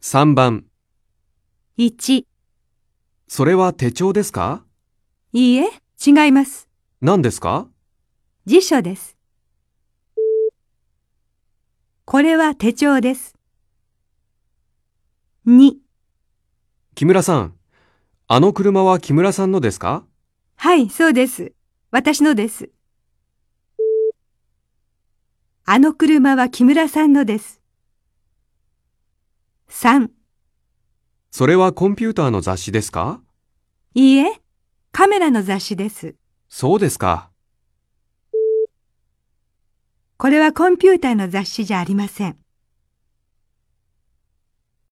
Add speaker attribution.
Speaker 1: 3番、
Speaker 2: 1、
Speaker 1: それは手帳ですか
Speaker 2: いいえ、違います。
Speaker 1: 何ですか
Speaker 2: 辞書です。これは手帳です。2、
Speaker 1: 木村さん、あの車は木村さんのですか
Speaker 2: はい、そうです。私のです。あの車は木村さんのです。3、
Speaker 1: それはコンピューターの雑誌ですか
Speaker 2: いいえ、カメラの雑誌です。
Speaker 1: そうですか。
Speaker 2: これはコンピューターの雑誌じゃありません。